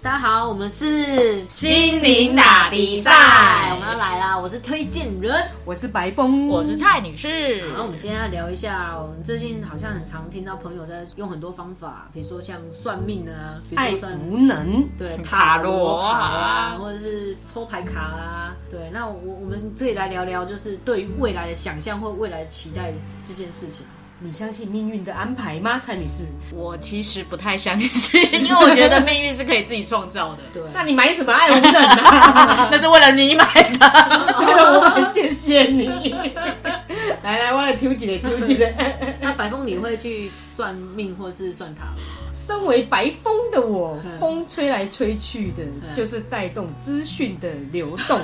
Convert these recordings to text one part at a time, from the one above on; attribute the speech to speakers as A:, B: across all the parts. A: 大家好，我们是
B: 心灵打比赛
A: 我们要来啦！我是推荐人，
C: 我是白峰，
B: 我是蔡女士。
A: 然后我们今天要聊一下，我们最近好像很常听到朋友在用很多方法，比如说像算命啊，比如
C: 爱
A: 说算
C: 无能，
A: 对
B: 哎嗯塔
A: 塔
B: 罗
A: 罗
B: 啊
A: 卡啊，或者是抽牌卡啊，对。那我我们这里来聊聊，就是对于未来的想象或未来的期待这件事情。
C: 你相信命运的安排吗，蔡女士？
B: 我其实不太相信，因为我觉得命运是可以自己创造的。
A: 对，
C: 那你买什么爱无能啊？
B: 那是为了你买 的。
C: 为了我们谢谢你。来来，我来挑几个，挑几个。
A: 那白峰你会去算命或是算塔罗？
C: 身为白风的我
A: 嗯，
C: 风吹来吹去的，就是带动资讯的流 动。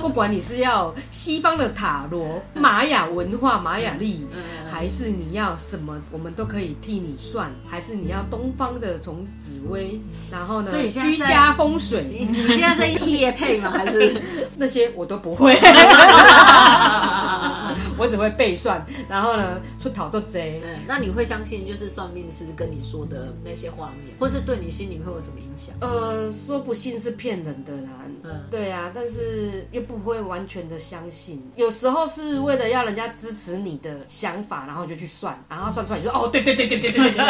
C: 不管你是要西方的塔罗、玛雅文化、玛雅历
A: 嗯嗯，
C: 还是你要什么，我们都可以替你算；还是你要东方的，从紫薇，然后
A: 嗯
C: 呢
A: 所以，你现在
C: 居
A: 在
C: 家风水
A: 你现在在夜配吗？还是？
C: 那些我都 不会。我只会背算，然后呢，出讨做贼。
A: 嗯， 那你会相信就是算命师跟你说的那些画面，或是对你心里会有什么影响？
C: 呃，说不信是骗人的啦。
A: 嗯
C: 对啊，但是又不会完全的相信，有时候是为了要人家支持你的想法，然后就去算，然后算出来就说哦，对对对对对对对对，对就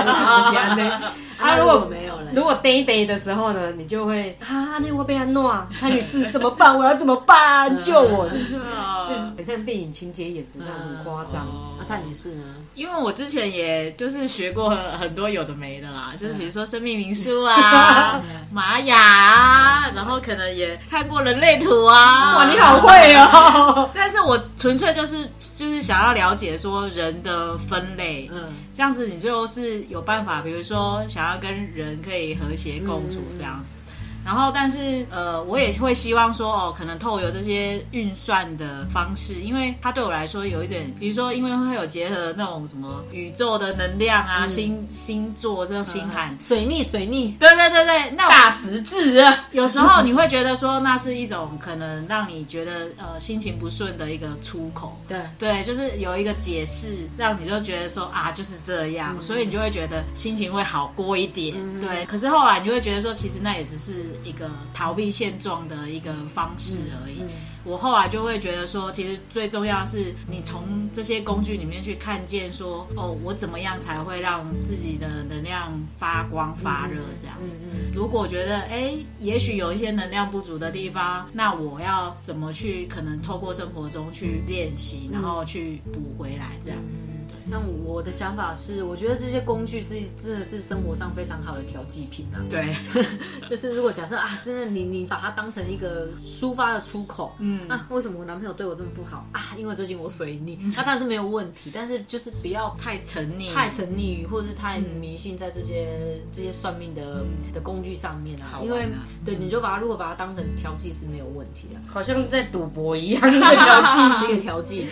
C: 是安呢。啊，如果
A: 没有了，
C: 如果 day day 的时候呢，你就会啊，那我被他弄啊，蔡女士怎么办？我要怎么办？救我！就是
B: 啊
C: 很像电影情节演的那样，很夸张。
A: 那啊蔡女士呢？
B: 因为我之前也就是学过很多有的没的
C: 嗯
B: 啦，就是比如说生命灵 数啊、玛雅啊，然后可能也看过人类图啊。
C: 哇，你好会哦！
B: 但是我纯粹就是就是想要了解说人的分类，
A: 嗯，
B: 这样子你就是有办法，比如说想要跟人可以和谐共处这样子。然后，但是呃，我也会希望说，哦，可能透过这些运算的方式，因为它对我来说有一点，比如说，因为会有结合那种什么宇宙的能量啊、星星座这种星盘，
A: 水逆水逆，
B: 对对对对，那我
C: 大实质啊，
B: 有时 候你会觉得说，那是一种可能让你觉得呃心情不顺的一个出口。
A: 对
B: 对，就是有一个解释，让你就觉得说啊就是这样，所以你就会觉得心情会好过一点。对，可是后来你就会觉得说，其实那也只是一个逃避现状的一个方式而已。我后来就会觉得说，其实最重要的是你从这些工具里面去看见说，哦，我怎么样才会让自己的能量发光发热这样子。如果觉得哎，也许有一些能量不足的地方，那我要怎么去？可能透过生活中去练习，然后去补回来这样子。对，
A: 那我的想法是，我觉得这些工具是真的是生活上非常好的调剂品啊。
B: 对，
A: 就是如果假设啊，真的你你把它当成一个抒发的出口，嗯啊，为什么我男朋友对我这么不好啊？因为最近我水逆，那、当然是没有问题，但是就是不要太
B: 沉溺
A: 太沉溺于或者是太
B: 嗯
A: 迷信在这些、这些算命的、嗯的工具上面啊，
B: 玩啊
A: 因为对你就把它如果把它当成调剂是没有问题的、
C: 好像在赌博一样， 这个条件
A: 是一个调剂品。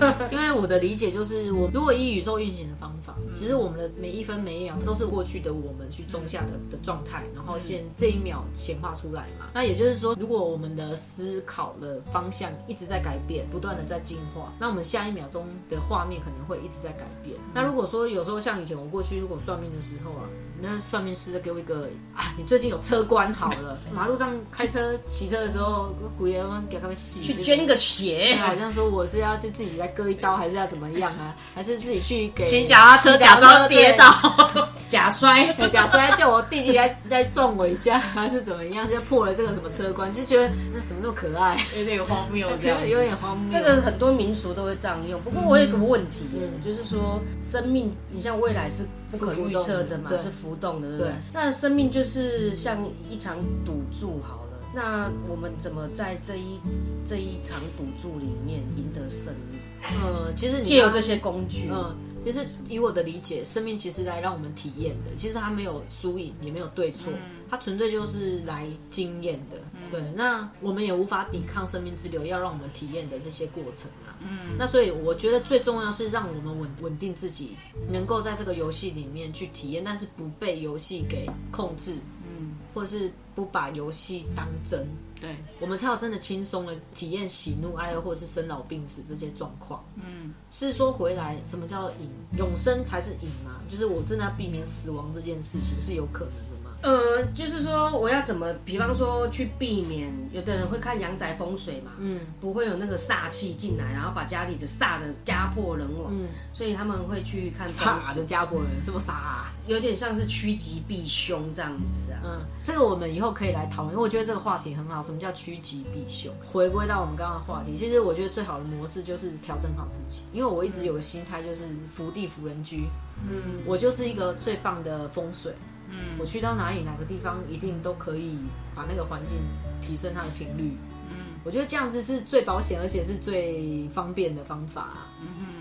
C: 嗯
A: 因为我的理解就是，我如果以宇宙运行的方法，
C: 嗯
A: 其实我们的每一分每一秒都是过去的我们去种下的的状态，然后现这一秒显化出来嘛。那也就是说，如果我们的思考的方向一直在改变，不断的在进化，那我们下一秒钟的画面可能会一直在改变。那如果说有时候像以前我过去如果算命的时候啊。那算命师给我一个啊，你最近有车关好了，马路上开车、骑车的时候，古爷们给他们洗，
C: 去捐个血，
A: 好像说我是要去自己来割一刀，还是要怎么样啊？还是自己去给
B: 骑脚踏车
A: 骑脚
B: 假
A: 踏
B: 装跌倒，
C: 假摔。
A: 对假摔，哎叫我弟弟来来撞我一下，还是怎么样？就破了这个什么车关，就觉得那怎么那么可爱，
B: 有点荒谬这 样子。
A: 有点荒谬。
C: 这个很多民俗都会这样
A: 嗯
C: 用，不过我有一个问题，就是说生命，你像未来是不可预测的嘛
A: 浮动的，对
C: 是浮动的，对不对
A: 对？
C: 那生命就是像一场赌注好了，那我们怎么在这一这一场赌注里面赢得胜利？
A: 呃，其实你
C: 借由这些工具，
A: 嗯，其实以我的理解，生命其实来让我们体验的，其实它没有输赢，也没有对错，它纯粹就是来经验的。对，那我们也无法抵抗生命之流要让我们体验的这些过程啊。嗯，那所以我觉得最重要是让我们稳稳定自己，能够在这个游戏里面去体验，但是不被游戏给控制，
B: 嗯，
A: 或者是不把游戏当真。
B: 对，
A: 我们才有真的轻松的体验喜怒哀乐或是生老病死这些状况。
B: 嗯，
A: 是说回来，什么叫赢？永生才是赢吗？就是我真的要避免死亡这件事情是有可能的吗？
C: 呃，就是说我要怎么，比方说去避免，有的人会看阳宅风水嘛，嗯，不会有那个煞气进来，然后把家里的煞的家破人亡，嗯，所以他们会去看风
A: 傻的
C: 水，
A: 家婆人这么傻、啊，
C: 有点像是趋吉避凶这样子啊。
A: 嗯，这个我们以后可以来讨论，因为我觉得这个话题很好。什么叫趋吉避凶？回归到我们刚刚的话题，其实我觉得最好的模式就是调整好自己，因为我一直有个心态就是福地福人居，嗯，我就是一个最棒的风水，嗯，我去到哪里哪个地方一定都可以把那个环境提升它的频率，嗯，我觉得这样子是最保险而且是最方便的方法、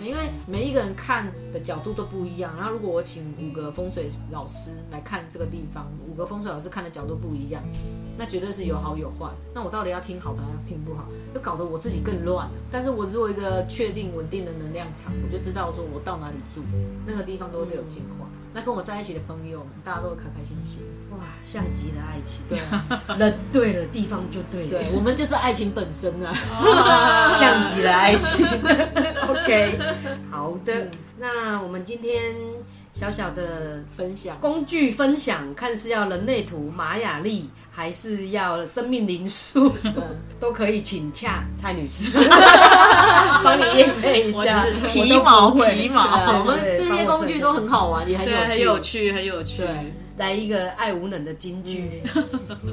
A: 因为每一个人看的角度都不一样。然后如果我请五个风水老师来看这个地方，五个风水老师看的角度不一样，那绝对是有好有坏。那我到底要听好的还是听不好，就搞得我自己更乱了。但是我作为一个确定稳定的能量场，我就知道说我到哪里住，那个地方都会被我净化。那跟我在一起的朋友们，大家都会开开心心。
C: 哇，像极了爱情，
A: 对啊、
C: 人对了，地方就对了，
A: 对，我们就是爱情本身 啊。
C: 哦像极了爱情。OK，好 的，那我们今天小小的
A: 分享
C: 工具分享，看是要人类图、玛雅历，还是要生命灵数， 都可以请洽 蔡女 士，帮你验配一下
B: 我只是皮毛
C: 我都不会
B: 皮毛
C: 对
A: 我们
C: 对
A: 这些工具都很好玩，也很
B: 对，很
A: 有
B: 有
A: 趣。
B: 趣，很有趣。
A: 对
C: 来一个爱无能的金句，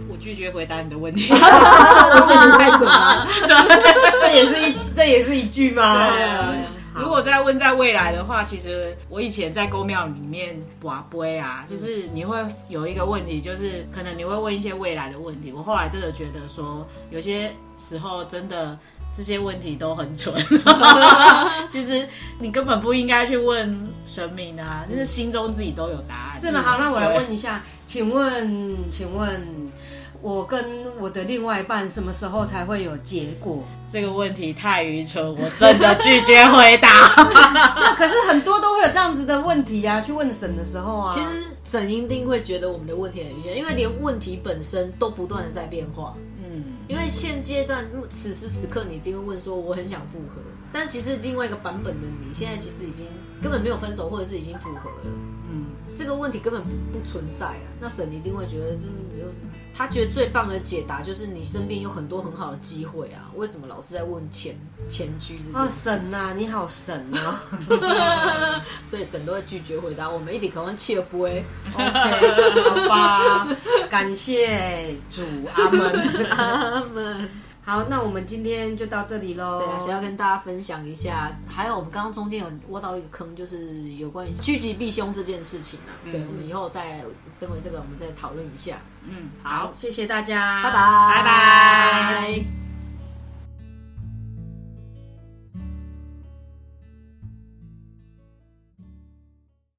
B: 我拒绝回答你的问题。
C: 太准了， 这也是一这也是一句吗？啊
B: 如果再问在未来的话，其实我以前在公庙里面卜杯
C: 嗯
B: 啊，就是你会有一个问题，就是可能你会问一些未来的问题。我后来真的觉得说，有些时候真的这些问题都很蠢。 其实你根本不应该去问神明啊，就是心中自己都有答案。
C: 嗯是
A: 嗯
C: 吗？好，那我来
B: 对
C: 问一下，请问，请问，我跟我的另外一半什么时候才会有结果？
B: 这个问题太愚蠢，我真的拒绝回 答。
A: 啊
C: 那可是很多都会有这样子的问题啊，去问神的时候啊，
A: 其实整一定会觉得我们的问题很愚蠢，因为连问题本身都不断的在变化。
B: 嗯，
A: 因为现阶段嗯此时此刻，你一定会问说我很想复合，但其实另外一个版本的你，现在其实已经根本没有分手，或者是已经复合了。
B: 嗯，
A: 这个问题根本不不存在啊！那神一定会觉得，真的就是他觉得最棒的解答就是你身边有很多很好的机会啊，为什么老是在问前前居这些？
C: 啊，神呐、你好神啊
A: 所以神都会拒绝回答我们一点可能气而不会。
C: ，OK，好吧，感谢主
B: 啊
C: 阿门。
A: 他们。
C: 好，那我们今天就到这里喽。
A: 对啊，想要跟大家分享一下。还有我们刚刚中间有挖到一个坑，就是有关于趋吉避凶这件事情啊。对，我们以后再针对这个，我们再讨论一下。
B: 嗯，
A: 好
B: 好，
C: 谢谢大家，
A: 拜拜，
B: 拜拜。